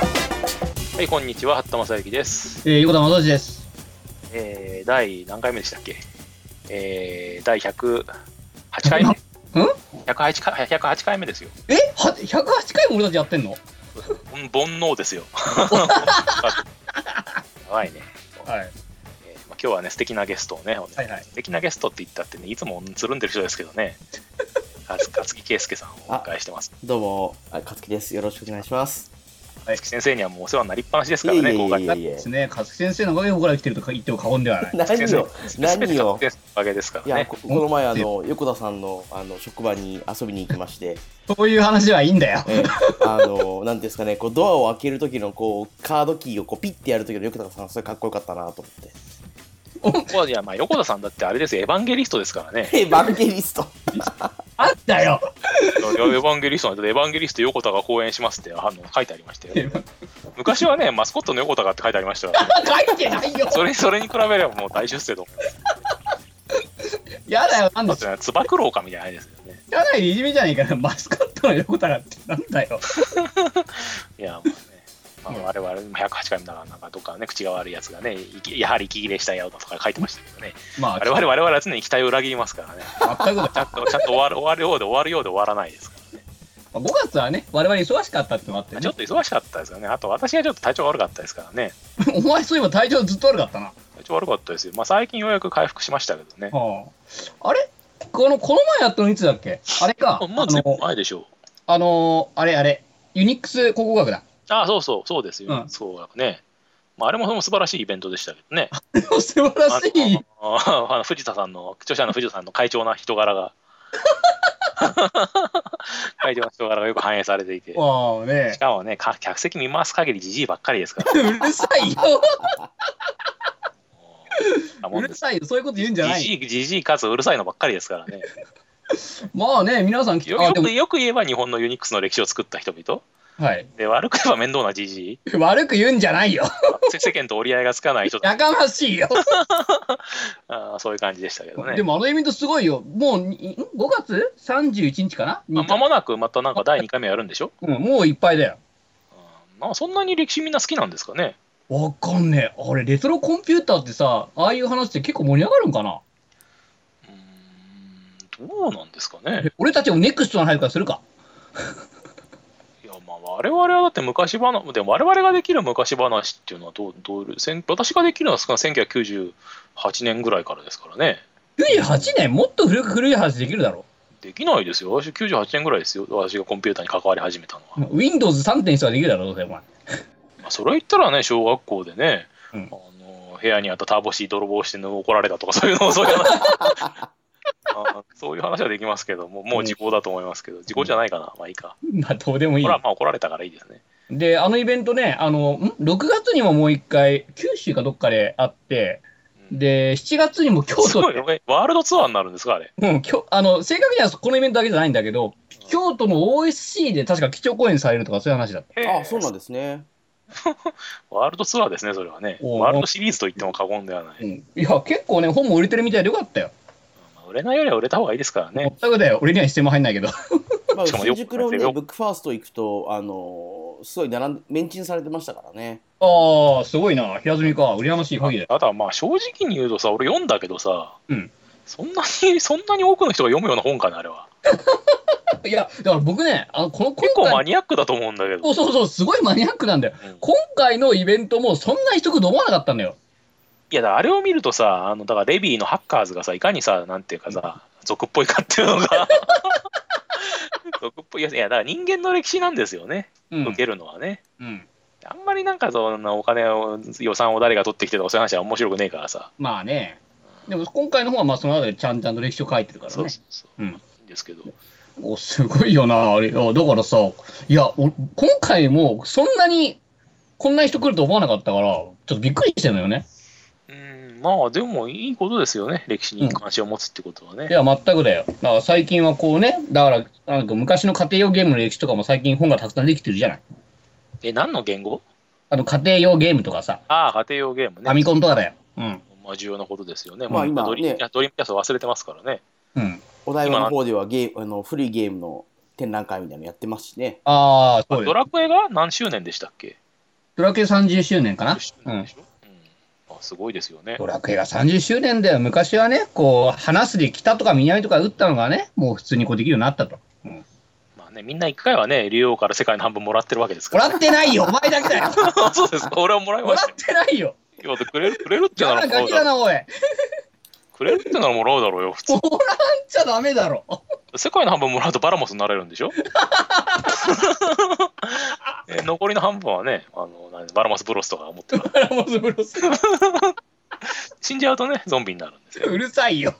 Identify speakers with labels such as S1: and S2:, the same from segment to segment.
S1: はい、こんにちは、八田正幸です。
S2: えー、横田正治です。
S1: えー、第何回目でしたっけえー、第108回目。
S2: ん
S1: ?108 回 ,108 回目ですよ。
S2: えは ?108 回も俺たちやってんの
S1: ほん煩悩です よ。やばいね。
S2: はい。
S1: えーまあ、今日はね、素敵なゲストをね、
S2: はいはい
S1: 素敵なゲストって言ったってね、いつもつるんでる人ですけどね、勝勝木圭介さんをお迎えしてます。
S3: どうも、あ勝木です。よろしくお願いします。
S1: 勝木先生にはもうお世話になりっぱなしです
S3: い
S1: か
S3: え
S1: ら
S3: いえ
S1: ね、
S3: い
S1: 今回
S3: えいえ
S2: ですね。勝木先生のおかげで僕ら来てるとか言っても過言ではない。
S1: 勝木
S3: 何
S1: 先
S3: よ
S1: 生
S3: 何よ
S1: 全て勝木先生のおかげですか
S3: い
S1: ら
S3: や
S1: ね。
S3: こ、この前、あの、横田さんの、あの、職場に遊びに行きまして、
S2: そういう話はいいんだよ。
S3: え ーあの、なんていうんですかね、こう、ドアを開ける時の、こう、カードキーを、こう、ピッてやる時の横田さん、それかっこよかったなと思って。
S1: ここはいやまあ横田さんだってあれですよ、エヴァンゲリストですからね。
S3: え、バンゲリスト。
S2: あったよ。
S1: エヴァンゲリストなんてエヴァンゲリスト横田が講演しますってあの書いてありました
S2: 書い
S1: よ。昔はね、マスコットの横田がって書いてありましたから、
S2: てないよ。
S1: それそれに比べればもう大出世と思
S2: やだよ。なん
S1: う。だ
S2: だ
S1: っ。てね、つば九郎かみたいなあれですよね。
S2: やだよ。いじめじゃねえから。マスコットの横田がってなんだよ。
S1: いや、まあね。まあ、我々、まあ108回目だから、なんかどっかね、口が悪いやつがね、いきやはり息切れしたようだとか書いてましたけどね。
S2: ま
S1: 我々、我々は常に期待を裏切りますからね。
S2: あ、全くだ。
S1: ちゃんと、ちゃんと終わる終わるようで終わるようで終わらないですから。
S2: 5月はね、我々忙しかったってのもあって
S1: ちょ
S2: ね
S1: っ。と忙しかったですよね。あと、私がちょっと体調悪かったですからね。
S2: お前そういえば体調ずっと悪かったな。
S1: 体調悪かったですよ。まあ、最近ようやく回復しましたけどね。
S2: はあ、あれこの、この前やったのいつだっけあれか。
S1: あまあ、
S2: あ
S1: ずいぶん
S2: の、
S1: 前でしょう。
S2: あのあれあれ。ユニックス考古学だ。
S1: ああ、そうそう、そうですよ。
S2: うん
S1: そうだね。まあ、あれもそれも素晴らしいイベントでしたけどね。
S2: 素晴らしい。
S1: あのあのあの藤田さんの、著者の藤田さんの会長な人柄 が、会長の人柄がよく反映されていて、
S2: わあね
S1: しかもね、か客席見回す限りじじいばっかりです から、
S2: うるさいよ
S1: もうなも
S2: うんる
S1: です
S2: さいよそういうこと言うんじゃな
S1: じ
S2: い
S1: じいじじいかつうるさいのばっかりですからね。
S2: まあね皆さんき
S1: よ
S2: あ
S1: よ
S2: でも
S1: くよく言えば日本のユニックスの歴史を作った人々。
S2: はい
S1: で悪く言えば面倒なじじい。
S2: 悪く言うんじゃないよ
S1: せ世間と折り合いがつかない人たち
S2: やかましいよ、
S1: あーそういう感じでしたけどね。
S2: でもあのイベントすごいよもうにん5月31日かな、
S1: まあ間もなくまたなんか第2回目やるんでしょ、
S2: うん、もういっぱいだよ
S1: うんまあ、そんなに歴史みんな好きなんですかね
S2: わかんねえあれレトロコンピューターってさああいう話って結構盛り上がるんかな
S1: うーんどうなんですかね
S2: 俺たちもネクストの配からするか
S1: いやまあ我々はだって昔話でも我々ができる昔話っていうのはどうどういうせん私ができるのは少なくとも1998年ぐらいからですからね
S2: 98年もっと古く古い話できるだろ
S1: できないですよ私98年ぐらいですよ私がコンピューターに関わり始めたのは、
S2: Windows3.1 はできるだろどうせお前
S1: まあ、それ言ったらね小学校でね、
S2: うん
S1: あの部屋にあったターボシー泥棒して怒られたとかそういうのそういう 話あそういう話はできますけどもうもう時効だと思いますけど時効じゃないかな、まあいいか
S2: まあどうでもいい
S1: ほ
S2: よ
S1: ら、まあ怒られたからいいですね。
S2: で、あのイベントね、あの、ん ?6 月にももう一回、九州かどっかであって、
S1: うん、
S2: で、7月にも京
S1: す
S2: 都
S1: ごい
S2: で、
S1: ねワールドツアーになるんですか、あれ。
S2: うん、きょあの、正確にはこのイベントだけじゃないんだけど、京都の OSC で確か基調講演されるとかそういう話だった。
S3: あ、そうなんですね。
S1: ワールドツアーですね、それはね。
S2: おー
S1: ワールドシリーズと言っても過言ではない。
S2: いや、結構ね、本も売れてるみたいでよかったよ。
S1: まあ売れないよりは売れた方がいいですからね。
S2: 全くだよ。俺には一銭も入んないけど。
S3: まあ、
S1: しかもよ
S3: 新
S1: く
S3: 宿のね、
S1: よく
S3: ブックファースト行くと、あのー、すごい並んで、メンチンされてましたからね。
S2: ああ、すごいな。平積みか。羨ましい限 りだよ。
S1: あとはまあ正直に言うとさ、俺読んだけどさ、
S2: うん
S1: そんなに、そんなに多くの人が読むような本かな、あれは。
S2: いや、だから僕ね、あの、この今
S1: 結構マ
S2: 回、
S1: ニアックだと思うんだけど。
S2: そうそうそう、すごいマニアックなんだよ。
S1: うん
S2: 今回のイベントもそんな一足と思わなかったんだよ。
S1: いや、だからあれを見るとさ、あの、だからレビーのハッカーズがさ、いかにさ、なんていうかさ、俗っぽいかっていうのが。 俗っぽい。いや、いやだから人間の歴史なんですよね。
S2: うん
S1: 受けるのはね。
S2: うん。
S1: あんまりなんかそんなお金を、予算を誰が取ってきてとかそういう話は面白くねえからさ。
S2: まあね。でも今回の方はまあその中でちゃんちゃんと歴史を書いてるから
S1: そう
S2: ね。
S1: そうそうう。
S2: ん
S1: いいんですけど。
S2: おすごいよな、あれ。あだからさ、いや、お今回もそんなにこんな人来ると思わなかったから、ちょっとびっくりしてるのよね。
S1: うん、まあでもいいことですよね。歴史に関心を持つってことはね。
S2: いや、全くだよ。だから最近はこうね、だからなんか昔の家庭用ゲームの歴史とかも最近本がたくさんできてるじゃない。
S1: え、何の言語
S2: あの家庭用ゲームとかさ、
S1: ああ、家庭用ゲーム
S2: フ
S1: ね。
S2: ァミコンとかだよ。うん。
S1: まあ重要なことですよね。
S3: まあ今
S1: ドリーム
S3: ね
S1: いやドリームキャスト忘れてますからね。
S2: うん。
S3: お台場の方ではゲーあの、古いゲームの展覧会みたいなのやってますしね。
S2: ああ、そう
S1: ド
S2: よ。
S1: ラクエが何周年でしたっけ
S2: ドラクエ30周年かな
S1: でし。
S2: うん。
S1: ょうんあすごいですよね
S2: ド。ラクエが30周年だよ。昔はね、こう、話すで北とか南とか打ったのがね、もう普通にこうできるようになったと。
S1: まあね、みんな一回はね、竜王から世界の半分もらってるわけですか
S2: も
S1: ら、
S2: らってないよ、お前だけ だよ。
S1: そうですか、俺はもらい
S2: も
S1: ま
S2: ら
S1: したよ
S2: っ。てないよ。
S1: いや、くれる、くれるって
S2: ガ
S1: な
S2: ラ
S1: らもら
S2: ガ
S1: う
S2: キ
S1: だ
S2: だ
S1: ろ
S2: な、おい。
S1: くれるってならもらうだろうよ、普通
S2: も。らんちゃダメだろ。
S1: 世界の半分もらうとバラモスになれるんで しょえ残りの半分はね、あのなんバラモスブロスとかが持ってる。
S2: ラモスブロス。
S1: 死んじゃうとね、ゾンビになるんですよ。
S2: うるさいよ。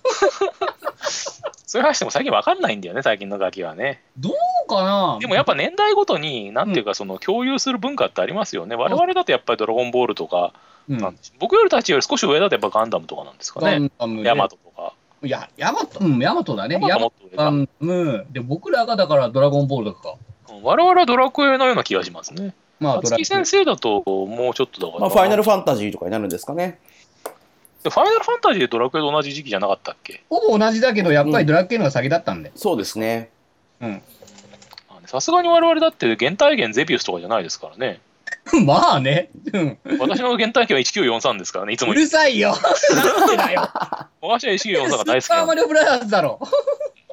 S1: そういう話でも最近わかんないんだよね、最近のガキはね。
S2: そうかな
S1: でもやっぱ年代ごとに、なんていうか、その共有する文化ってありますよね。我々だとやっぱりドラゴンボールとか、
S2: うん
S1: なんでしょう僕よりたちより少し上だとやっぱガンダムとかなんですか
S2: ガ
S1: ね。
S2: ンダムで
S1: ヤマトとか。
S2: いや、ヤマト、うん、ヤマトだね。
S1: ヤマ
S2: ヤ
S1: ト
S2: マ
S1: もっ
S2: ト、
S1: と上か。
S2: ガンダム。で、僕らがだからドラゴンボールとかか。
S1: うん我々はドラクエのような気がしますね。
S2: まあ、ド
S1: 夏
S2: ラ
S1: 木先生だともうちょっとだから。
S3: まあ、ファイナルファンタジーとかになるんですかね。
S1: でファイナルファンタジーでドラクエと同じ時期じゃなかったっけ
S2: ほぼ同じだけど、やっぱりドラッケンのが先だったんで。
S3: そうですね。
S2: うん。
S1: あねさすがに我々だって原体験ゼビウスとかじゃないですから ね。
S2: まあね。うん。
S1: 私の原体験は1943ですからね、いつ
S2: う
S1: も言う
S2: るさいよ。 なんでだよ。
S1: 私は
S2: ス
S1: 1943が大好
S2: ー
S1: き
S2: パー
S1: なの
S2: マリオブラザーズだろ。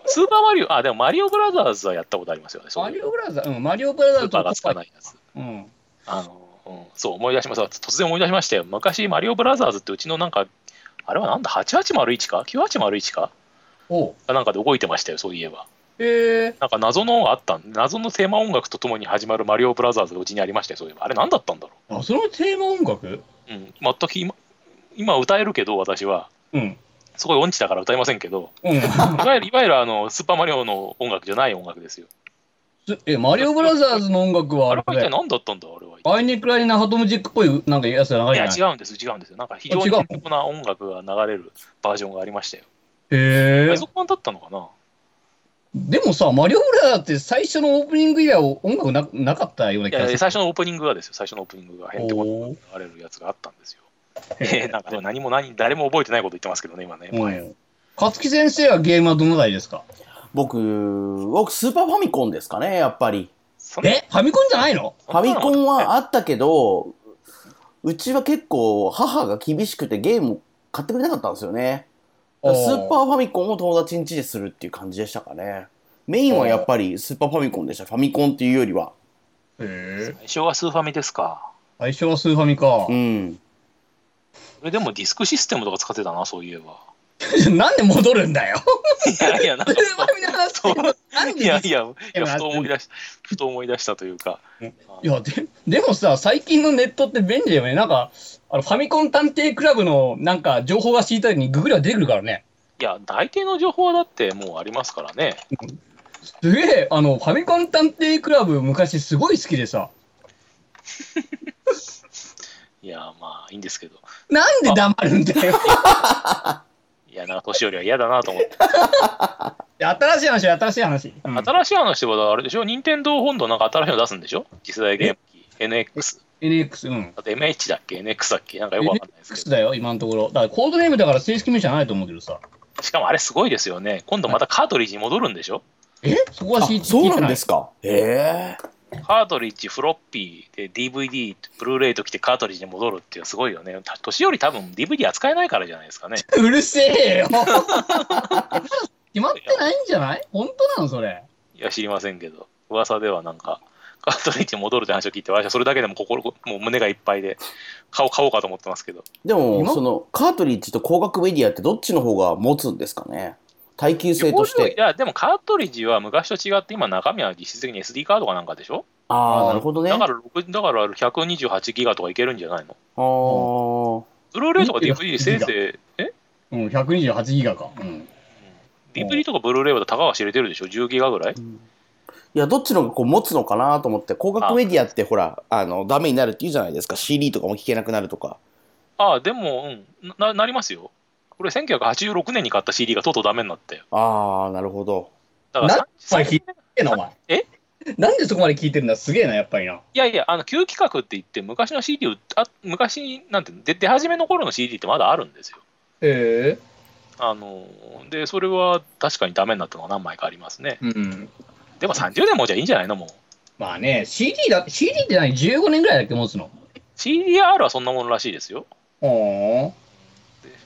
S1: スーパーマリオ、あ、でもマリオブラザーズはやったことありますよね。そう
S2: マ
S1: い
S2: リ
S1: う
S2: オブラザーズ、うん、マリオブラザ
S1: ス
S2: ー
S1: ー
S2: ズ。
S1: パーがつかないいやつ。
S2: うん。
S1: あの、うん、そう思い出しました。突然思い出しましたよ。昔マリオブラザーズってうちのなんか、あれはなんだ、8801か ?9801 か
S2: おう
S1: なんかで動いてましたよ、そういえば。
S2: へえ。
S1: なんか謎のがあったん謎のテーマ音楽とともに始まるマリオブラザーズがうちにありましたよ、そういえば。あれ何だったんだろ
S2: あ、そのテーマ音楽
S1: う。うん、全く今、今歌えるけど、私は。
S2: うん。
S1: すごい音痴だから歌えませんけど、
S2: うん。
S1: いわゆるいわゆるあのスーパーマリオの音楽じゃない音楽ですよ。
S2: え、マリオブラザーズの音楽は
S1: あ
S2: あ
S1: れ
S2: れ
S1: は一体何だったんだ、あれは。
S2: バイニクラにナハトムジックっぽいなんかやつが流
S1: い
S2: れ
S1: や、
S2: てない。
S1: 違うんです、違うんですよ。なんか非常に
S2: あ違う
S1: 独特な音楽が流れるバージョンがありましたよ。
S2: へ
S1: パ
S2: え
S1: ソ。コンだったのかな
S2: でもさ、マリオブラザーズって最初のオープニング以外音楽ななかったようない気が
S1: や
S2: す
S1: いや
S2: る。
S1: 最初のオープニングがですよ、最初のオープニングが変ってこ
S2: おー
S1: と流れるやつがあったんですよ。
S2: へ
S1: えーなんかでも何も何誰も覚えてないこと言ってますけどね、今ね。
S2: うん。勝木先生はゲームはどの代ですか
S3: 僕、僕、スーパーファミコンですかね、やっぱり。
S1: そんな
S2: えファミコンじゃないの
S3: ファミコン
S1: あ
S3: はあったけど、うちは結構母が厳しくてゲーム買ってくれなかったんですよね。だからスーパーファミコンを友達ん家でするっていう感じでしたかね。メインはやっぱりスーパーファミコンでした。ファミコンっていうよりは。
S2: へえ。
S1: 最初はスーファミですか。
S2: 最初はスーファミか
S3: う。ん。
S1: それでもディスクシステムとか使ってたな、そういえば。
S2: なんで戻るんだよ。
S1: いやいや、なん
S2: ス
S1: か
S2: ーファミの話してるのなんで
S1: いやいや、い
S2: で
S1: や
S2: も
S1: ふと思 い出した、ふと思い出したというか。
S2: いやで でもさ最近のネットって便利だよねなんかあのファミコン探偵クラブのなんか情報が知りたいのにググれば出てくるからね
S1: いや、大抵の情報はだってもうありますからね。
S2: すげえあのファミコン探偵クラブ昔すごい好きでさ
S1: いや、まあいいんですけど。
S2: なんで黙るん だよ
S1: いや、なんか年寄りは嫌だなと思って。
S2: いや新しい話新しい話、うん
S1: 新しい話はあれでしょ任天堂本土なんか新しいの出すんでしょ次世代ゲーム機。NX。
S2: NX うん
S1: あと MH だっけ ?NX だっけなんかよくわかんないです
S2: NX
S1: けど。
S2: だよ今のところだからコードネームだから正式名じゃないと思うけどさ
S1: しかもあれすごいですよね。今度またカートリッジに戻るんでしょ
S2: えそこは
S3: あ
S2: 知り
S3: そうなんですすか。へえ。
S1: カートリッジ、フロッピーで DVD、ブルーレイときてカートリッジに戻るっていうのはすごいよね。た年寄り多分 DVD 扱えないからじゃないですかね。
S2: うるせえよ 決まってないんじゃない本当なのそれ
S1: いや、知りませんけど、噂ではなんか、カートリッジに戻るって話を聞いて、私はそれだけでも心、もう胸がいっぱいで、買おう、買おうかと思ってますけど、
S3: でも、
S2: 今
S3: その、カートリッジと光学メディアってどっちの方が持つんですかね。耐久性とし
S1: い
S3: て。
S1: や、でもカートリッジは昔と違って、今、中身は実質的に SD カードかなんかでしょ、
S3: ああ、なるほどね。
S1: だか
S3: あ
S1: ら6だから128ギガとかいけるんじゃないの
S3: あー。
S1: ブルーレイとか
S2: いや
S1: DVD せいぜい、え
S2: うん128ギガかうん
S1: うん ?DVD とかブルーレイはたかが知れてるでしょ ?10 ギガぐらい
S3: いや、どっちのがこう持つのかなと思って、光学メディアってほら、あの、ダメになるって言うじゃないですか。CD とかも聞けなくなるとか。
S1: ああ、でも、うんな、なりますよ。これ1986年に買った CD がとうとうダメになったよ。
S3: ああ、なるほど。
S1: だか
S2: な
S1: ら
S2: お前
S1: 30
S2: 聞いてんな、お前。
S1: え
S2: なんでそこまで聞いてるんだすげえな、やっぱりな。
S1: いやいや、あの旧企画って言って、昔の CD を、あ昔なんていうので出始めの頃の CD ってまだあるんですよ。
S2: へえ。
S1: あので、それは確かにダメになったのが何枚かありますね。
S2: うん。
S1: でも30年もじゃいいんじゃないのもう。
S2: まあね、CD だ、CD って何 ?15 年ぐらいだっけ、持つの。
S1: CDR はそんなものらしいですよ。
S2: ああ。
S1: で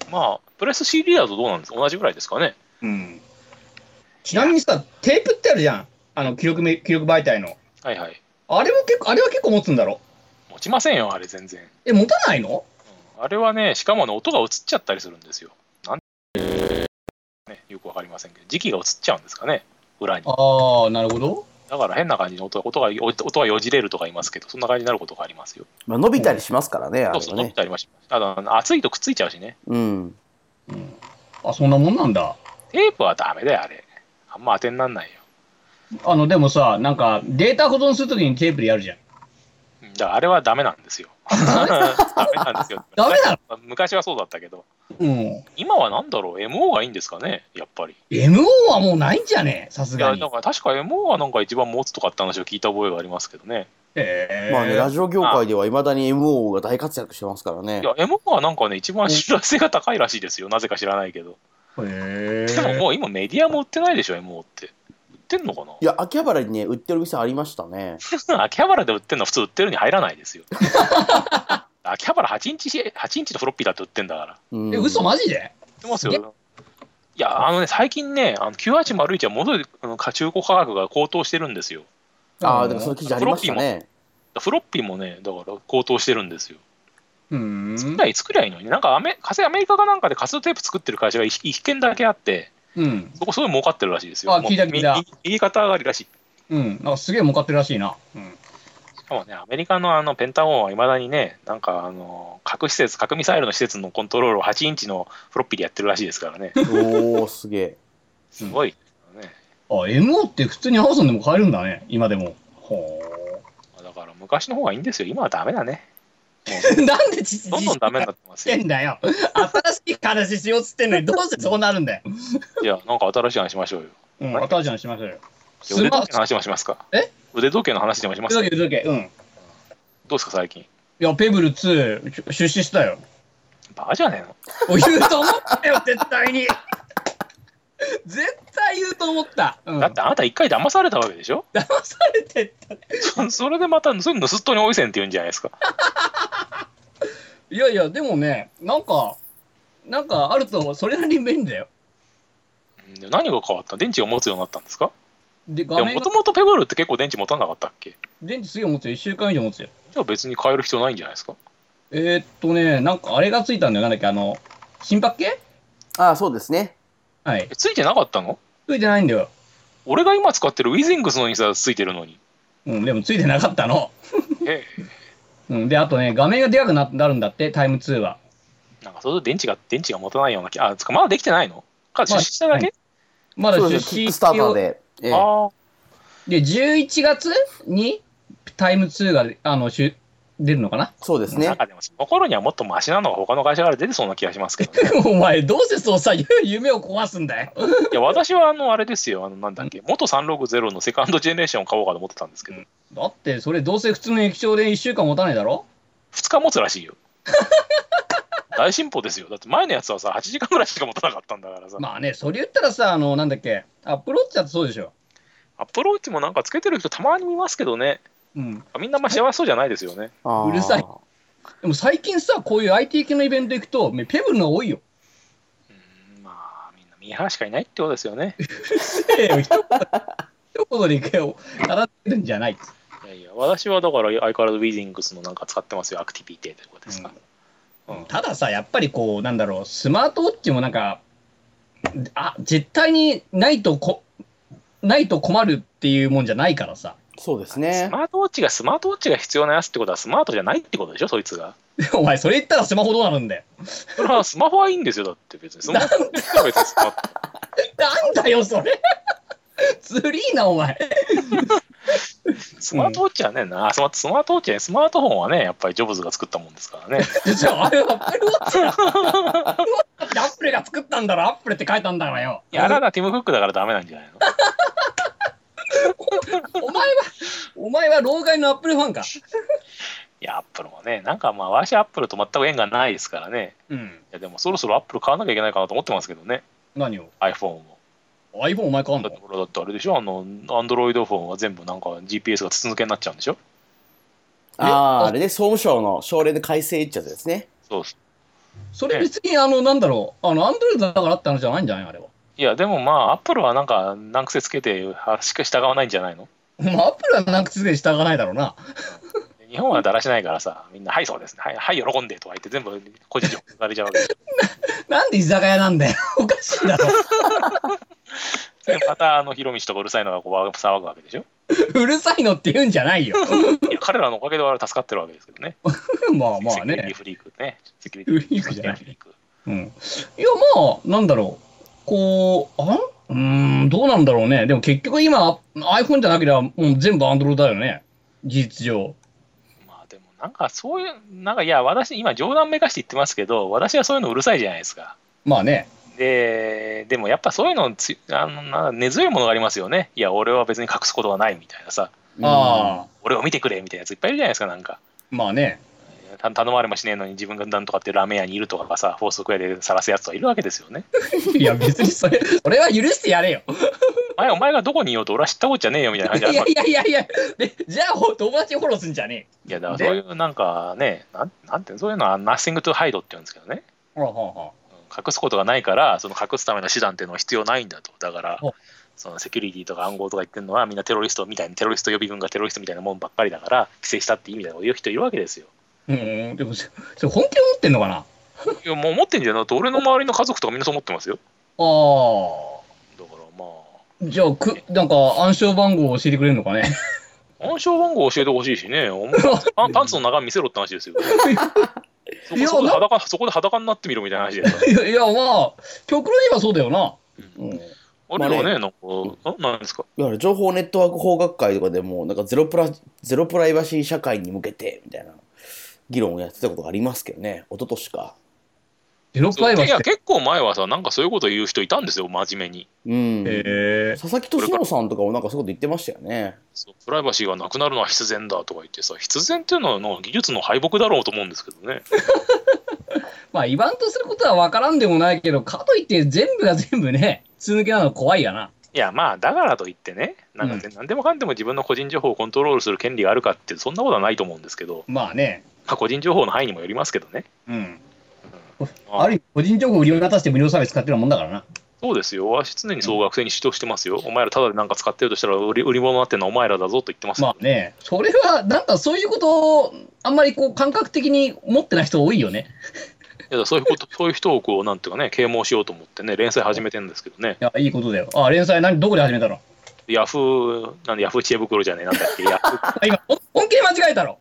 S1: まあ、プレス CD だとどうなんですか同じぐらいですかね。
S2: うん。ちなみにさ、テープってあるじゃん。あの、記録め、記録媒体の。
S1: はいはい。
S2: あれも結構、あれは結構持つんだろ。
S1: 持ちませんよ、あれ全然。
S2: え、持たないの
S1: うんあれはね、しかもね、音が映っちゃったりするんですよ。なんね、よくわかりませんけど、時期が映っちゃうんですかね、裏に。
S2: ああ、なるほど。
S1: だから変な感じに音が音が音がよじれるとか言いますけど、そんな感じになることがありますよ。
S3: まあ、伸びたりしますからね、あれ
S1: そうそう、伸
S3: は
S1: び
S3: ね。
S1: たりました。ただ、熱いとくっついちゃうしね。
S3: うん。
S2: うん。あ、そんなもんなんだ。
S1: テープはダメだよ、あれ。あんま当てになんないよ。
S2: あの、でもさ、なんか、データ保存するときにテープでやるじゃん。
S1: うんだからあれはダメなん ですよ。ダメなんですよ。
S2: ダメな
S1: 昔はそうだったけど、
S2: うん。
S1: 今はなんだろう、MO がいいんですかね、やっぱり。
S2: MO はもうないんじゃねさす
S1: い
S2: が
S1: や、
S2: に
S1: な。んか確か MO はなんか一番持つとかって話を聞いた覚えがありますけどね。
S2: ええ
S3: まあね、ラジオ業界ではいまだに MO が大活躍してますからね
S1: い。や、MO はなんかね、一番信頼性が高いらしいですよ、なぜか知らないけど。
S2: へ
S1: でももう今メディアも売ってないでしょ、MO って。売ってんのかない
S3: や、秋葉原にね、売ってる店ありましたね。
S1: 秋葉原で売ってるのは普通売ってるに入らない ですよ。秋葉原8インチし、8インチのフロッピーだって売ってんだから。
S3: うん、
S2: え、嘘マジで
S1: 売ってます
S2: す
S1: よ。いや、あのね、最近ね、あの9801は戻るあの中古価格が高騰してるんですよ。
S3: ああ、でも
S2: うん
S3: その記事ありましたね。
S1: フロッピーもね、だから高騰してるんですよ。
S2: うん。
S1: 作りゃいい作りゃいいのに、なんかアメカセアメリカかなんかでカセットテープ作ってる会社が一一軒だけあって、
S2: うん。
S1: そこすごい儲かってるらしいですよ。
S2: あ聞いた聞いた
S1: もうみみ右肩上がりらしい。
S2: うん。なんかすげえ儲かってるらしいな。うん。
S1: しかもね、アメリカのあのペンタゴンはいまだにね、なんかあの核施設、核ミサイルの施設のコントロールを8インチのフロッピーでやってるらしいですから ね、
S3: おお、すげえ。
S1: すごいですよね。
S2: あ、MO って普通にアマゾンでも買えるんだね。今でも。ほ
S1: だから昔の方がいいんですよ、今はダメだね。
S2: う。なんで実
S1: どんどんダメになってま
S2: し
S1: す
S2: て
S1: よ。
S2: んだよ。新しい話しようっつってんの に、どうしてそうなるんだよ。
S1: いや、なんか新しい話しましょうよ。
S2: うん。新しい話しましょうよ。
S1: で
S2: ス
S1: 腕
S2: マ
S1: 時計の話もしますか
S2: え
S1: 腕時計の話でもします
S2: 腕
S1: か
S2: 時計、腕時計。うん。い
S1: どうですか、最近。
S2: や、ペブル2、出出資したよ。
S1: バカじゃねえの
S2: お言うと思ったよ、絶対 に。絶対言うと思った。うん、
S1: だってあなた一回騙されたわけでしょ
S2: 騙さ れてった。
S1: そそれでまた、それ盗っ人においせんって言うんじゃないですか。
S2: いやいや、でもね、なんか、なんかあると、それなりに便利だよ。
S1: うんで何が変わった電池を持つようになったんですか
S2: で、画
S1: で
S2: 面
S1: も
S2: が
S1: ともとペブルって結構電池持たなかったっけ
S2: 電池すげえ持つよ。1週間以上持つよ。
S1: じゃあ別に変える必要ないんじゃないですか
S2: えー、っとね、なんかあれがついたんだよ。なんだっけ、あの、心拍計
S3: ああ、そうですね。
S2: はい
S1: え。ついてなかったの
S2: ついてないんだよ。
S1: 俺が今使ってるウィズイングスのにさ、ついてるのに。
S2: うん、でもついてなかったの。
S1: え
S2: うん、で、あとね、画面がでかくななるんだって、タイム2は。
S1: えなんかそれで電池が、電池が持たないような気、あ、つかまだできてないのか、出資しただけ、
S2: まだ
S3: そう
S2: 出
S3: ですね、キッ
S2: 資
S3: クスターター
S2: を
S3: で。ええ
S1: ああ、
S2: で、11月にタイム2があのしゅ出るのかな
S3: そうです
S1: なん
S3: ね。
S1: かでもその頃にはもっとマシなのが他の会社から出てそうな気がしますけど ね。
S2: お前、どうせそうさ、ゆ夢を壊すんだよ。
S1: いや、私はあの、あれですよ、あの、なんだっけ、元360のセカンドジェネレーションを買おうかと思ってたんですけど、
S2: だって、それどうせ普通の液晶で1週間持たないだろ
S1: 2日持つらしいよ。大進歩ですよ。だって前のやつはさ、8時間ぐらいしか持たなかったんだからさ、
S2: まあね、それ言ったらさ、あの、なんだっけ、アップローチだってそうでしょ。
S1: アップローチもなんかつけてる人たまに見ますけどね、
S2: うん。
S1: みんなまあ幸せそうじゃないですよね。
S3: あー
S2: うるさいでも最近さ、こういう IT 系のイベント行くと、めペブルのが多いよ。
S1: うん、まあ、みんなミーハーしかいないってことですよね。
S2: ええ、一言一言で一回を語ってるんじゃない。
S1: いやいや、私はだから相変わらずウィズイングスのなんか使ってますよ、アクティビティということですか。うん
S2: たださ、やっぱりこう、なんだろう、スマートウォッチもなんか、あ、絶対にないとこ、ないと困るっていうもんじゃないからさ。
S3: そうです
S1: ス
S3: ね。
S1: マートウォッチがスマートウォッチが必要なやつってことはスマートじゃないってことでしょそいつが。
S2: お前、それ言ったらスマホどうなるんだよ。
S1: それはスマホはいいんですよだって別に。スマホは別にスマート
S2: なんだよ、それ。 ずりーな、お前。
S1: スマートウォッチはね、なあスマスマートウォッチはねスマートフォンはねやっぱりジョブズが作ったもんですからね。
S2: じゃあ、あれはアップルウォッチだ。アップルウォッチだってアップルが作ったんだろ、アップルって書いたんだからよ。
S1: やらなティム・フックだからダメなんじゃないの
S2: お前は、お前は老害のアップルファンか。
S1: いやアップルもねなんかまあ私アップルと全く縁がないですからね。
S2: うん。
S1: いやでもそろそろアップル買わなきゃいけないかなと思ってますけどね
S2: 何を
S1: iPhone を。
S2: ?iPhone お前買う
S1: だ
S2: の
S1: ってほらだってあれでしょあの Android フォンは全部なんか GPS が筒抜けになっちゃうんでしょ
S3: あーあれね、総務省の省令で改正ってやつですね。
S1: そうです
S2: それ別に、あの、なんだろう、あの、アンドロイドだからって話じゃないんじゃないあれは。
S1: いやでもまあアップルはなんか難癖つけてはしか従わないんじゃないの
S2: まあ、アップルはなんかすでに従わないだろうな。
S1: 日本はだらしないからさみんな「はいそうですねはい、はい、喜んで」とか言って全部個人情報されちゃうわけで
S2: なんで居酒屋なんだよ。おかしいだろ。
S1: でまたあのひろみちとかうるさいのがこう騒ぐわけでしょ
S2: うるさいのって言うんじゃないよ。
S1: いや彼らのおかげで我々助かってるわけですけどね
S2: まあま
S1: セ
S2: あ
S1: キュリティ
S2: ね。
S1: フリークねセキュリ
S2: フリークじゃない
S1: セキュリティフリーク
S2: うん。いや、まあ、なんだろう。こう、あんうーん、どうなんだろうね。でも結局今、iPhone じゃなければもう全部 Android だよね。事実上。
S1: まあでもなんかそういうなんかいや私今冗談めかして言ってますけど私はそういうのうるさいじゃないですか
S2: まあね。
S1: ででもやっぱそういうのつあのな根強いものがありますよねいや俺は別に隠すことはないみたいなさ
S2: ああ、
S1: 俺を見てくれみたいなやついっぱいいるじゃないですかなんか
S2: まあね。
S1: た頼まれもしねえのに自分がなんとかってラーメン屋にいるとかがさ法則屋で晒すやつはいるわけですよね
S2: いや、別にそれ、 それは許してやれよ。
S1: お前お前がどこにいようと俺は知ったことじゃねえよみたいな感
S2: い
S1: じ
S2: や
S1: で
S2: いやいやいや、でじゃあほ友達フォローすんじゃね
S1: いやだからそういうなんかねなんなんてそういうのはナッシングトゥハイドって言うんですけどね
S2: え。ほらほらほ
S1: 隠すことがないからその隠すための手段っていうのは必要ないんだとだから
S2: お
S1: そのセキュリティとか暗号とか言ってるのはみんなテロリストみたいなテロリスト予備軍がテロリストみたいなもんばっかりだから規制したっていいみたいなこと言う人いるわけですよ。
S2: ら。うん、でも、そそれ本気で思ってんのかなあ
S1: いやもう思ってんじゃなくて俺の周りの家族とかみんなそう思ってますよ。
S2: あ。
S1: だからま
S2: じゃあく、なんか暗証番号を教えてくれるのかね。
S1: あ暗証番号教えてほしいしねお前パンパンツの中身見せろって話ですよ。そこ
S2: いや
S1: そこで
S2: な
S1: 裸そこで裸になってみろみたいな話でさ。
S2: いや、いやまあ、極論言えばそうだよな。うん、
S1: 俺らは
S3: ま
S1: ね、なんか、あなんですか。
S3: いわゆる情報ネットワーク法学会とかでもなんかゼロプラゼロプライバシー社会に向けてみたいな議論をやってたことがありますけどね一昨年か
S2: ゼロプライバ
S1: い
S2: シー
S1: や、
S2: って。
S1: 結構前はさ、なんかそういうこと言う人いたんですよ、真面目に。
S3: うん、
S2: へえ
S3: 佐々木俊郎さんとかもなんかそういうこと言ってましたよね
S1: そうプライバシーがなくなるのは必然だとか言ってさ必然っていうのはなんか技術の敗北だろうと思うんですけどね
S2: まあ、言わんとすることは分からんでもないけど、かといって全部が全部ね、通抜けなのは怖いやな。
S1: いやまあだからといってねなんかね、何でもかんでも自分の個人情報をコントロールする権利があるかってそんなことはないと思うんですけど、
S2: まあね。
S1: まあ、個人情報の範囲にもよりますけどね、
S2: うん。
S1: うん
S2: ある意味、個人情報を利用に渡して無料サービス使ってるようなもんだからな。
S1: そうですよ私常にそう学生に指導してますよ、お前らただでなんか使ってるとしたら売り売り物になってるのはお前らだぞと言ってますよ、
S2: まあね、それは、なんかそういうことを、あんまりこう、感覚的に持ってない人多いよね。
S1: いやだからそういうこと そういう人をこうなんていうかね啓蒙しようと思ってね連載始めてるんですけどね
S2: いや、いいことだよ。あ、連載何、どこで始め たの
S1: ヤフーなんでヤフー知恵袋じゃねえなんだっけヤフー
S2: あ今、ほん本気で間違えたろ。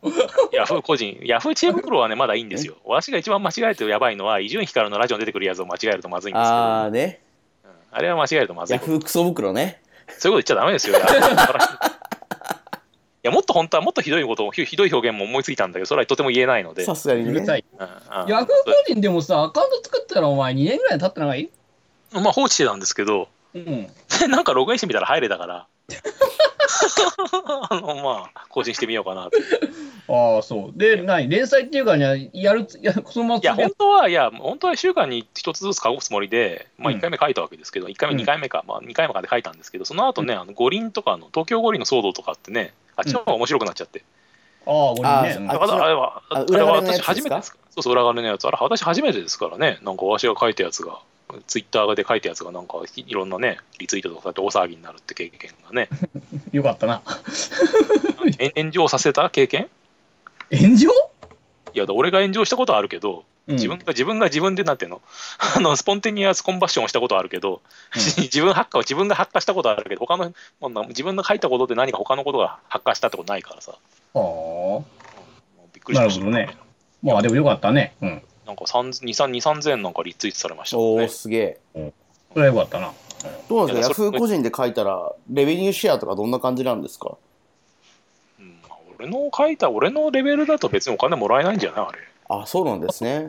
S1: ヤフー個人、ヤフー知恵袋はね、まだいいんですよ。私が一番間違えてやばいのは、伊集院光のラジオに出てくるやつを間違えるとまずいんですけど、あ,、
S3: ああね
S1: うん、あれは間違えるとまずい
S3: ヤ
S1: こと。
S3: フークソ袋ね
S1: そういうこと言っちゃダメですよ。いや いやもっと本当はもっとひどいことをひひどい表現も思いついたんだけどそれはとても言えないので、
S3: さすが
S2: う
S3: に
S2: る
S3: ね
S2: さい。
S1: うんうん
S2: ヤフー個人でもさ、アカウント作ったらお前2年ぐらい経ってない
S1: まあ放置してたんですけど
S2: うん。
S1: でなんかログインしてみたら入れたから あのまあ更新してみようかなとい
S2: ああ、そう。で、何連載っていうかね、やる、やそのまま
S1: や
S2: 続け
S1: 本当はいや本当は1週間に1つずつ書くつもりで、まあ、
S2: うん
S1: 1回目書いたわけですけど1回
S2: うん
S1: 目2回目か、まあ、2回目かで書いたんですけどその後ねあの五輪とかの東京五輪の騒動とかってねあっちの方が面白くなっちゃって、
S2: ああ、これね。
S1: だ
S3: あ
S1: から
S3: っちの
S1: あれは
S3: あ
S1: あれは
S3: 裏側のやつ
S1: 私
S3: です
S1: 初め
S3: か
S1: てですかそうそう裏側のやつあれ私初めてですからねなんか私が書いたやつがツイッターで書いたやつがなんかいいろんなねリツイートとかされて大騒ぎになるって経験が ね
S2: よかったな。
S1: え炎上させた経験
S2: 炎
S1: い
S2: 上
S1: やだ俺が炎上したことはあるけど自分が自分が自分でなんていうの あのスポンティニアスコンバッションをしたことはあるけど、
S2: うん
S1: 自分発火を自分が発火したことはあるけど他のもうな自分の書いたことで何か他のことが発火したってことないからさ
S2: はあ。
S1: もうびっくりしました
S2: なるほどまあでもよかったね。うん。
S1: なんか23000なんかリツイートされましたもん
S3: お
S1: ね
S3: おすげえ
S2: それはよかったな。
S3: どうなんですか
S1: いやそれ
S3: ヤフー個人で書いたらレベニューシェアとかどんな感じなんですか
S1: うんまあ俺の書いた俺のレベルだと別にお金もらえないんじゃないあれ、
S3: あそうなんですね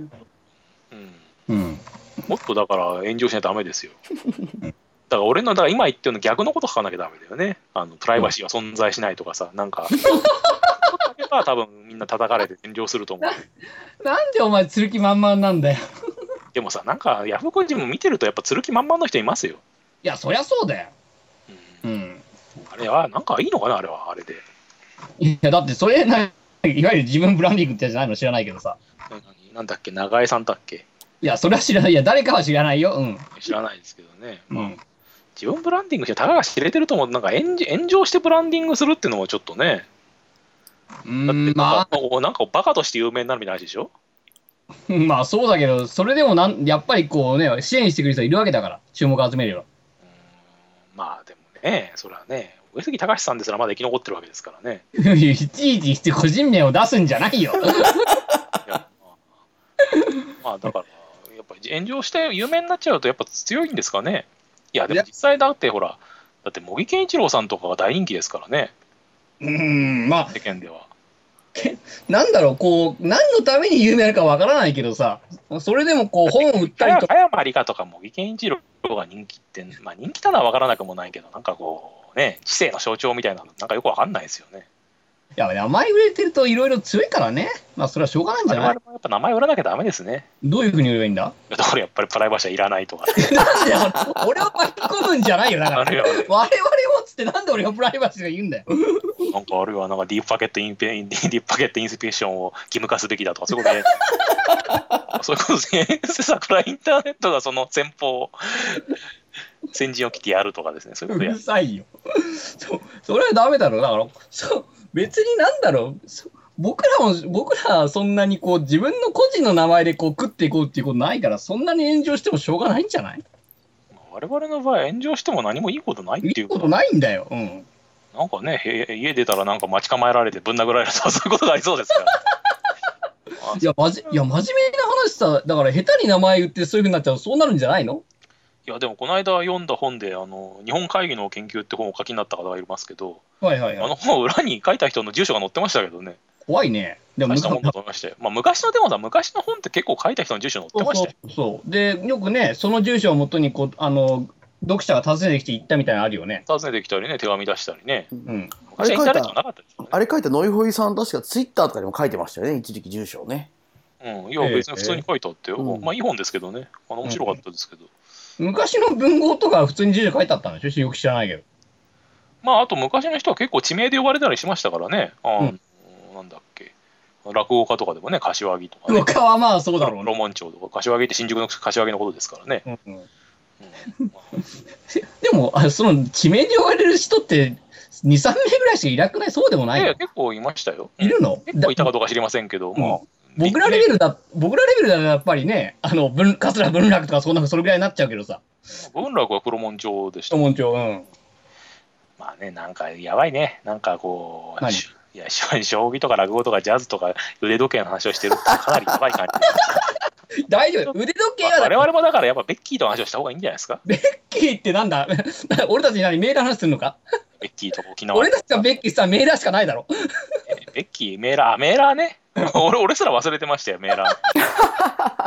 S1: うん、
S2: うん。
S1: もっとだから炎上しないとダメですよだから俺のだから今言ってるの逆のこと書かなきゃダメだよねあのプライバシーは存在しないとかさなんかちょっとだけは多分みんな叩かれて炎上すると思う
S2: なんでお前、つる気満々なんだよ。
S1: でもさ、なんかヤフー個人も見てると、やっぱつる気満々の人いますよ。
S2: いや、そりゃそうだよ。
S1: うん
S2: うん。
S1: あれは、なんかいいのかな、あれは、あれで。
S2: いや、だってそれ、ないわゆる自分ブランディングってやつじゃないの知らないけどさ。
S1: 何なんだっけ、長江さんだっけ
S2: いや、それは知らない。いや、誰かは知らないよ。うん。
S1: 知らないですけどね。
S2: うん。
S1: 自分ブランディングして、たかが知れてると思うなんか炎上炎上してブランディングするっていうのもちょっとね、
S2: う
S1: だってなん
S2: ん、
S1: か
S2: ま、
S1: おなんかバカとして有名になるみたいな話でしょ
S2: あ、まあそうだけど、それでもなん、やっぱりこうね、支援してくれる人いるわけだから、注目集めるよ。
S1: うーんまあでもね、それはね、上杉隆さんですらまだ生き残ってるわけですから ね。
S2: いや いちいちして個人名を出すんじゃないよ。
S1: いやまあまあだから、やっぱり炎上して有名になっちゃうと、やっぱ強いんですかね。いや、で
S2: い
S1: も
S2: や
S1: 実際だって、ほら、だって茂木健一郎さんとかが大人気ですからね、
S2: うん、まあ、
S1: 世間では。
S2: なんだろう、こう、何のために有名なのかわからないけどさ、それでもこう、本を売ったり
S1: 早
S2: とか、
S1: 山ありかとか茂木健一郎が人気って、まあ人気たのは分からなくもないけど、なんかこう、ね、知性の象徴みたいなの、なんかよく分かんないですよね。
S2: いや、名前売れてるといろいろ強いからね。まあ、それはしょうがないんじ
S1: 我
S2: ゃない
S1: 々もやっぱ名前売らなきゃダメですね。
S2: どういうふうに売ればいいんだ
S1: だからやっぱりプライバシーはいらないと か、
S2: なんで俺を巻き込むんじゃないよ、だか
S1: あ
S2: ら。
S1: るいはね
S2: 我々もっつってなんで俺がプライバシーが言うんだよ。
S1: なんかあるいはなんかディープパケットインペイン、ディープパケットインスピレーションを義務化すべきだとか、そういう ことで、そういうことで、桜インターネットがその先方を、先陣を切ってやるとかですね、そういう
S2: う
S1: ことや
S2: る
S1: る。
S2: さいよ。そそれはダメだろう。だから、そう別になんだろう。そ僕らも、僕らはそんなにこう自分の個人の名前でこう食っていこうっていうことないから、そんなに炎上してもしょうがないんじゃない
S1: 我々の場合、炎上しても何もいいことないっ
S2: い
S1: てい
S2: いうこ
S1: か
S2: と、ないんだよ。うん。
S1: なんかね、へ家出たらなんか待ち構えられてぶん殴られるとか、そういうことがありそうですから。 あ
S2: いや、まじ、いや、真面目な話さ、だから下手に名前言ってそういうふうになっちゃうとそうなるんじゃないの
S1: いやでもこの間読んだ本であの「日本会議の研究」って本を書きになった方がいますけど、
S2: はいはい
S1: あ
S2: はい。
S1: の本を裏に書いた人の住所が載ってましたけどね
S2: 怖いね。でも、
S1: 大した
S2: そ
S1: もんだと思いましたよ。まあ、昔のでもさ、昔の本って結構書いた人の住所載って
S2: う
S1: まし
S2: そ
S1: たよ。
S2: うそう。で、よくね、その住所をもとにこう、あの、読者が訪ねてきて行ったみたいなのあるよね。
S1: 訪ねてきたりね、手紙出したりね。
S2: うん。
S3: あれ
S1: 昔はインターネットなかったですよ
S3: あれ書いたノイホイさん、確かツイッターとかにも書いてましたよね、一時期住所をね。
S1: ね。うん、いや、別に普通に書いてあってよ。
S3: ええうん
S1: まあ、いい本ですけどね。あの面白かったですけど。
S2: 昔の文豪とか普通に住所書いてあったんでしょよく知らないけど。
S1: まあ、あと昔の人は結構地名で呼ばれたりしましたからね。あのなんだっけ。落語家とかでもね、柏木とかね。
S2: 他はまあそうだろう
S1: ロ
S2: ね。
S1: マン町とか、柏木って新宿の柏木のことですからね。
S2: うんうん
S1: うんまあ
S2: でもあ、その地名で呼ばれる人って2、3名ぐらいしかいなくないそうでもないい
S1: やいや、
S2: の
S1: 結構いましたよ。
S2: いるの
S1: 結構いた
S2: だ
S1: かどうか知りませんけど、
S2: ん
S1: まあ、
S2: 僕らレベルだ、僕らレベルだとやっぱりね、あの、文桂文楽とかそんな、それぐらいになっちゃうけどさ。
S1: 文楽は黒門町でした
S2: 人文町、うん。
S1: まあね、なんかやばいね、なんかこう、
S2: 何
S1: しいやし 将棋とか落語とかジャズとか腕時計の話をしてるってかなりやばい 感
S2: 大丈夫。腕時
S1: じ、
S2: 計
S1: ま
S2: は
S1: あ
S2: だ
S1: 我々もだからやっぱベッキーとの話をした方がいいんじゃないです か、
S2: ベッキーってなんだ 俺たちに何メール話するのか
S1: ベッキーと沖縄
S2: 俺たちがベッキーさ、メーラーしかないだろ。
S1: ベッキー、メーラー、あメーラーね、 俺俺すら忘れてましたよ、メーラー。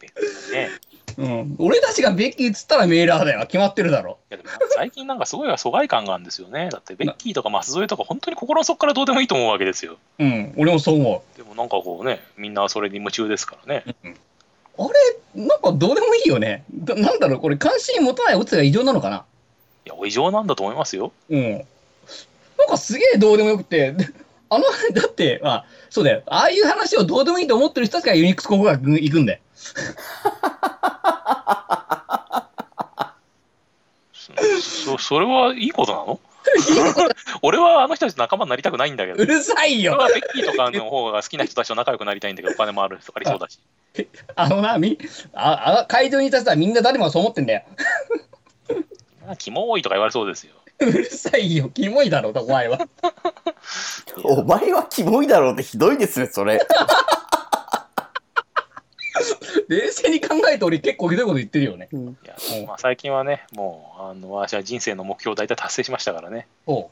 S1: ベッキーね、
S2: うん。俺たちがベッキーっつったらメーラーだよ。決まってるだろ。
S1: いやでもなんか最近なんかすごい疎外感があるんですよね、だってベッキーとか舛添とか、本当に心の底からどうでもいいと思うわけですよ。
S2: うん。俺もそう思う。
S1: でもなんかこうね、みんなそれに夢中ですからね。
S2: あれ、なんかどうでもいいよね。だなんだろう、これ関心持たないオツが異常なのかない
S1: や、お異常なんだと思いますよ。
S2: うん。なんかすげえどうでもよくて、であの、 だって、まあ、そうだよ。ああいう話をどうでもいいと思ってる人たちがユニックス広告学行くんだよ。
S1: そそそれはいいことなの 俺はあの人たち仲間になりたくないんだけど。
S2: うるさい
S1: 俺
S2: よ
S1: はベッキーとかの方が好きな人たちと仲良くなりたいんだけど、お金もあるありそうだし。
S2: あのな、み、あ、あ会場にいた人はみんな誰もがそう思ってんだよ。
S1: あキモいとか言われそうですよ。
S2: うるさいよ。キモいだろ、お前は。
S3: お前はキモいだろうってひどいですね、それ。
S2: 冷静に考えて俺結構ひどいこと言ってるよね。
S3: うん
S1: いやまあ、最近はね、もうあの私は人生の目標を大体達成しましたからね。
S2: おう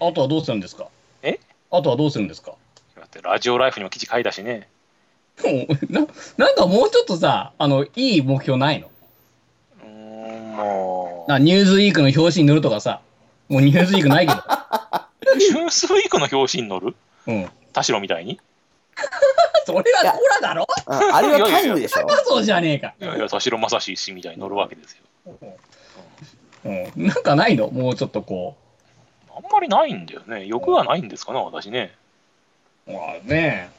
S2: あとはどうするんですか
S1: え
S2: あとはどうするんですか
S1: だってラジオライフにも記事書いたしね。
S2: もうななんかもうちょっとさ、あの、いい目標ないの
S1: うーん、もう。
S2: なニューズウィークの表紙に載るとかさ、もうニューズウィーク ないけど。
S1: ニュースウィークの表紙に載る
S2: うん。
S1: 田代みたいに
S2: それはコラだろ
S3: ああれはタイムでしょ
S2: そうじゃねえか
S1: い。やいや、田代正史氏みたいに載るわけですよ。
S2: うん。なんかないのもうちょっとこ
S1: あんまりないんだよね。欲がないんですかね、私ね。
S2: まあね、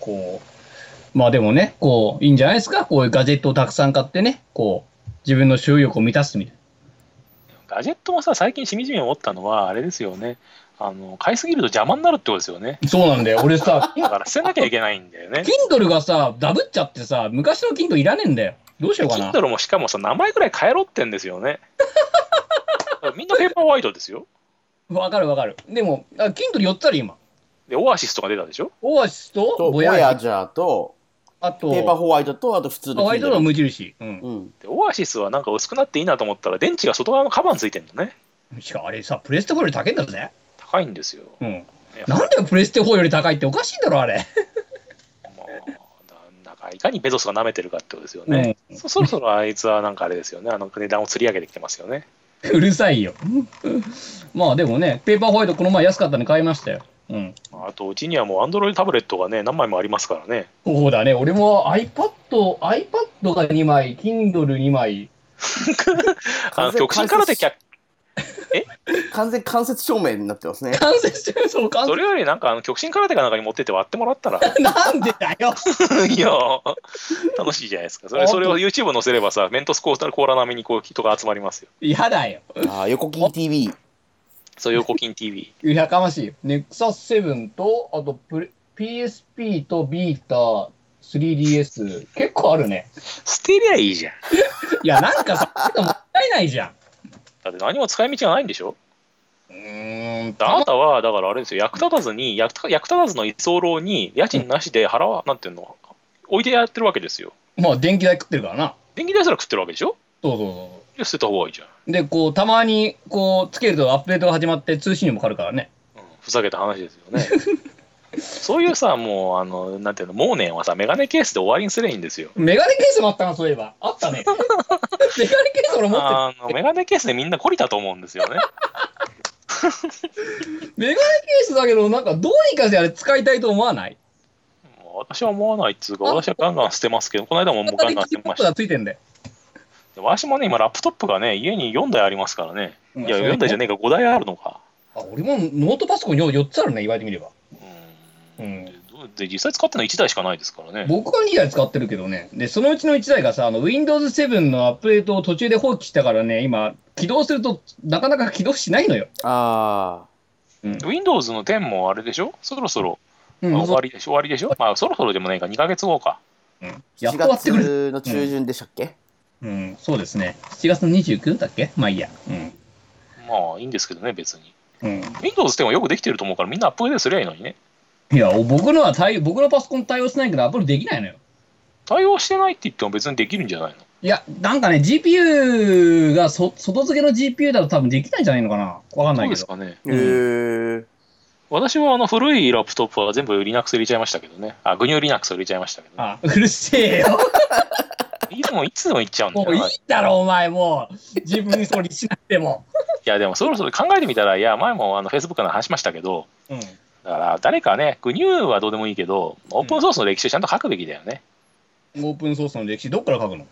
S2: こう、まあでもね、こう、いいんじゃないですか、こういうガジェットをたくさん買ってね、こう、自分の収欲を満たすみたい
S1: ガジェットもさ、最近しみじみ思ったのは、あれですよね。あの買いすぎると邪魔になるってことですよね。
S2: な。そうなんだよ、俺さ、
S1: だから捨てなきゃいけないんだよね。
S2: Kindle がさ、ダブっちゃってさ、昔の Kindle いらねえんだよ。どうしようかな。
S1: Kindle もしかもさ、名前ぐらい変えろってんですよね。みんなペーパーワイドですよ。
S2: わかるわかる。でも、あ Kindle 4つある今。
S1: で、オアシスとか出たでしょ。
S2: オアシスと
S3: と、ボ
S2: ボヤージ
S3: ヤジャーと、
S2: あと、
S3: ペーパーホワイトと、あと普通の
S2: ホワイトの
S3: Kindle
S2: 無印。うん。
S3: うん。
S1: で、オアシスはなんか薄くなっていいなと思ったら、電池が外側のカバンついてんのね。
S2: しかもあれさ、プレステ4より高いんだぜ。
S1: 高いんですよ。
S2: うん。
S1: ね
S2: なんだよ、プレステ4より高いっておかしいだろ、あれ。
S1: もうなんかいかにベゾスが舐めてるかってことですよね、そそろそろあいつはなんかあれですよねあの値段を釣り上げてきてますよね
S2: うるさいよ。 まあでもね、ペーパーホワイトこの前安かったんで買いましたよ。うん。
S1: あとうちにはもうアンドロイドタブレットがね何枚もありますからね
S2: そうだね、俺も iPad、iPad が2枚、Kindle2 枚。
S1: あの極真からで客
S3: 完全間接照明になってますね。
S2: 完成してる、そう、完
S1: そ
S2: 成。
S1: れよりなんかあの極真空手かなんかに持ってって割ってもらったら
S2: なんでだよ。
S1: いや 楽しいじゃないですかそれそれを YouTube 載せればさメントスコータルコーラ並みにこう人が集まりますよ
S2: 嫌だよ。
S3: あー横金 TV。
S1: そういうコキン TV
S2: やかましいよ。Nexus7 と、あとプレ PSP とビータ 3DS。結構あるね。
S1: 捨てりゃいいじゃん
S2: いや、なんかさ、もったいないじゃん。
S1: だって何も使い道がないんでしょ
S2: うーん
S1: であなたは、だからあれですよ、役立たずに、役役立たずの居候に、家賃なしで払わ、なんていうの、置いてやってるわけですよ。
S2: まあ電気代食ってるからな。
S1: 電気代すら食ってるわけでしょ
S2: そうそうそ
S1: いや捨てた方がいいじゃん。
S2: う。で、こう、たまに、こう、つけるとアップデートが始まって通信料もかかるからね。
S1: うんふざけた話ですよ ね。そういうさ、もう、あの、なんていうの、モーネンはさ、メガネケースで終わりにすればいいんですよ。
S2: メガネケースもあったな、そういえば。あ ったね。メガネケース俺持って
S1: あのメガネケースでみんな懲りたと思うんです よね。
S2: る。メガネケースだけど、なんかどうにかしてあれ使いたいと思わない
S1: もう私は思わないっつうか、私はガンガン捨てますけど、この間ももうガンガン捨てまし
S2: あんたにキーボード
S1: た。
S2: がついてんだよ。
S1: で私もね、今、ラップトップがね、家に4台ありますからね。いや、4台じゃ
S2: ね
S1: ねえか、5台あるのか。
S2: あ、俺もノートパソコン 4, 4つあるね、言われてみれば。
S1: う
S2: うんん
S1: でどうで実際使ってるの1台しかないですからね。
S2: 僕は2台使ってるけどね。で、そのうちの1台がさ、あの、Windows 7のアップデートを途中で放棄したからね、今、起動すると、なかなか起動しないのよ。
S3: ああ。
S2: うん。
S1: Windows の10もあれでしょそろそろ、
S2: うん
S1: あ終わりでしょ終わりでしょまあそろそろでもないか、2ヶ月後か。
S2: うんやっと
S3: 7
S2: 終わってくれる。
S3: 月の中旬でしたっけ
S2: うん、そうですね。7月の 29? だっけまあいいや。
S1: まあいいんですけどね、別に。
S2: うん。うん。
S1: Windows 10はよくできてると思うから、みんなアップデートすりゃいいのにね。
S2: いや、僕のは対、僕のパソコン対応してないからアップルできないのよ。
S1: 対応してないって言っても別にできるんじゃないの
S2: いや、なんかね、GPU がそ、外付けの GPU だと多分できないんじゃないのかなわかん
S1: そ
S2: ないうけ
S1: です
S2: ど。
S1: かね。
S2: うん
S3: へえ。
S1: 私はあの古いラップトップは全部 Linux 入れちゃいましたけどね。あ、GNU Linux 入れちゃいましたけど、ね。
S2: あ、うるせえよ。
S1: いつもいつでも言っちゃうんだ
S2: も
S1: よ
S2: ういい
S1: な。い
S2: だろ、お前もう。自分にそれしなくても。
S1: や、でもそろそろ考えてみたら、いや、前もあの Facebook の話しましたけど、
S2: うん。
S1: だから誰かね、GNU はどうでもいいけど、オープンソースの歴史をちゃんと書くべきだよね。
S2: オープンソースの歴史、どっから書くの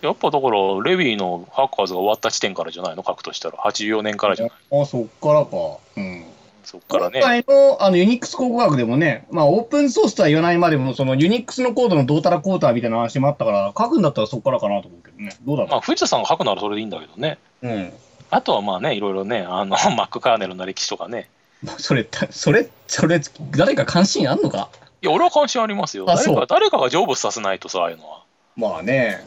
S1: やっぱだから、レビーのハッカーズが終わった地点からじゃないの、書くとしたら、84年からじゃない。
S2: あ、そっからか。うん。
S1: そっから
S2: 今
S1: ね、
S2: 回のあのユニックス考古学でもね、まあ、オープンソースとは言わないまでも、そのユニックスのコードのどうたらこうたらみたいな話もあったから、書くんだったらそこからかなと思うけどね、どうだ
S1: ま
S2: ろ
S1: あ、藤田さんが書くならそれでいいんだけどね、
S2: う。うん、
S1: あとはまあね、いろいろね、あの Mac カーネルの歴史とかね、
S2: それ、たそれ、それ、誰か関心あんのか
S1: いや、俺は関心ありますよ、
S2: あ
S1: 誰
S2: そう
S1: か誰かが成仏させないとさ、ああいうのは。
S2: まあね、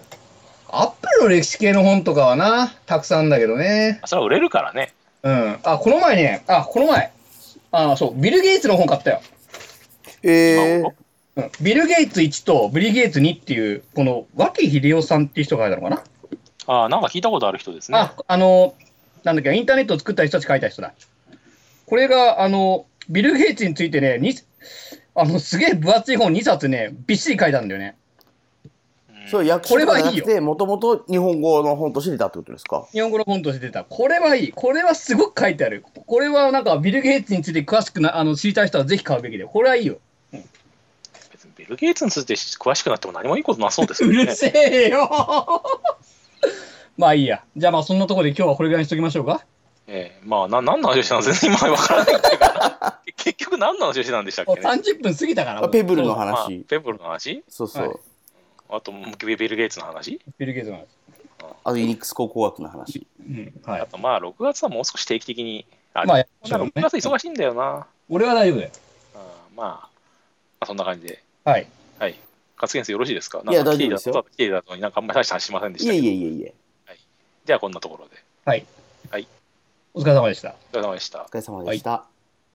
S2: アップルの歴史系の本とかはな、たくさんあんだけどね。
S1: それは売れるからね、
S2: うん。あ、この前ね、あ、この前、あ、そう、ビル・ゲイツの本買ったよ。
S3: え
S1: まあ
S2: うん、ビル・ゲイツ1とビル・ゲイツ2っていう、この脇秀夫さんっていう人が書いたのかな。
S1: ああ、なんか聞いたことある人ですね。
S2: あ、あの、なんだっけ、インターネットを作った人たち書いた人だ。これが、あの、ビル・ゲイツについてね、にあのすげえ分厚い本2冊ね、びっしり書いたんだよね。
S1: うん
S3: そう、訳
S2: こ
S3: 詞
S2: れ
S3: と
S2: は
S3: か
S2: いい
S3: じ
S2: よ
S3: ゃなくて、もともと日本語の本として出たってことですか
S2: 日本語の本として出た。これはいい。これはすごく書いてある。これはなんか、ビル・ゲイツについて詳しくなあの知りたい人はぜひ買うべきで。これはいいよ。
S1: 別にビル・ゲイツについて詳しくなっても何もいいことなそうです
S2: う
S1: よね
S2: る。せえよ まあいいや。じゃあまあそんなところで今日はこれぐらいにしときましょうか。
S1: ええまあ、な何の話をしたの全然今わからないんだけど 結局何の話してたんでしたっ
S2: もう
S1: けね
S2: 30分過ぎたから、
S3: あペブルの
S1: まあ
S3: 話。
S1: ペブルの話
S3: そうそ。
S2: はいう
S1: あとビル・ゲイツの話
S2: ビル・ゲイツの話。
S3: あと、ユニックス考古学の話。
S2: うん、は
S1: あ
S2: い。
S1: とまあ6月はもう少し定期的にあ、
S2: まあ、
S1: なんか6月忙しいんだよな、
S2: 俺は大丈夫だよ。
S1: うんまあ、まあそんな感じで
S2: はい。
S1: はい勝先生よろしいですか
S3: い
S1: なん
S3: や
S1: か
S3: 大丈夫ですよ
S1: 来ていただいたのになんかあんまり大した話しませんでし
S3: い
S1: た
S3: え
S1: けど
S3: いえいえいえ。
S1: じゃあこんなところで
S2: はい。
S1: はい。
S2: お疲れ様でした。
S1: お疲れ様でした
S3: お疲れ様でした。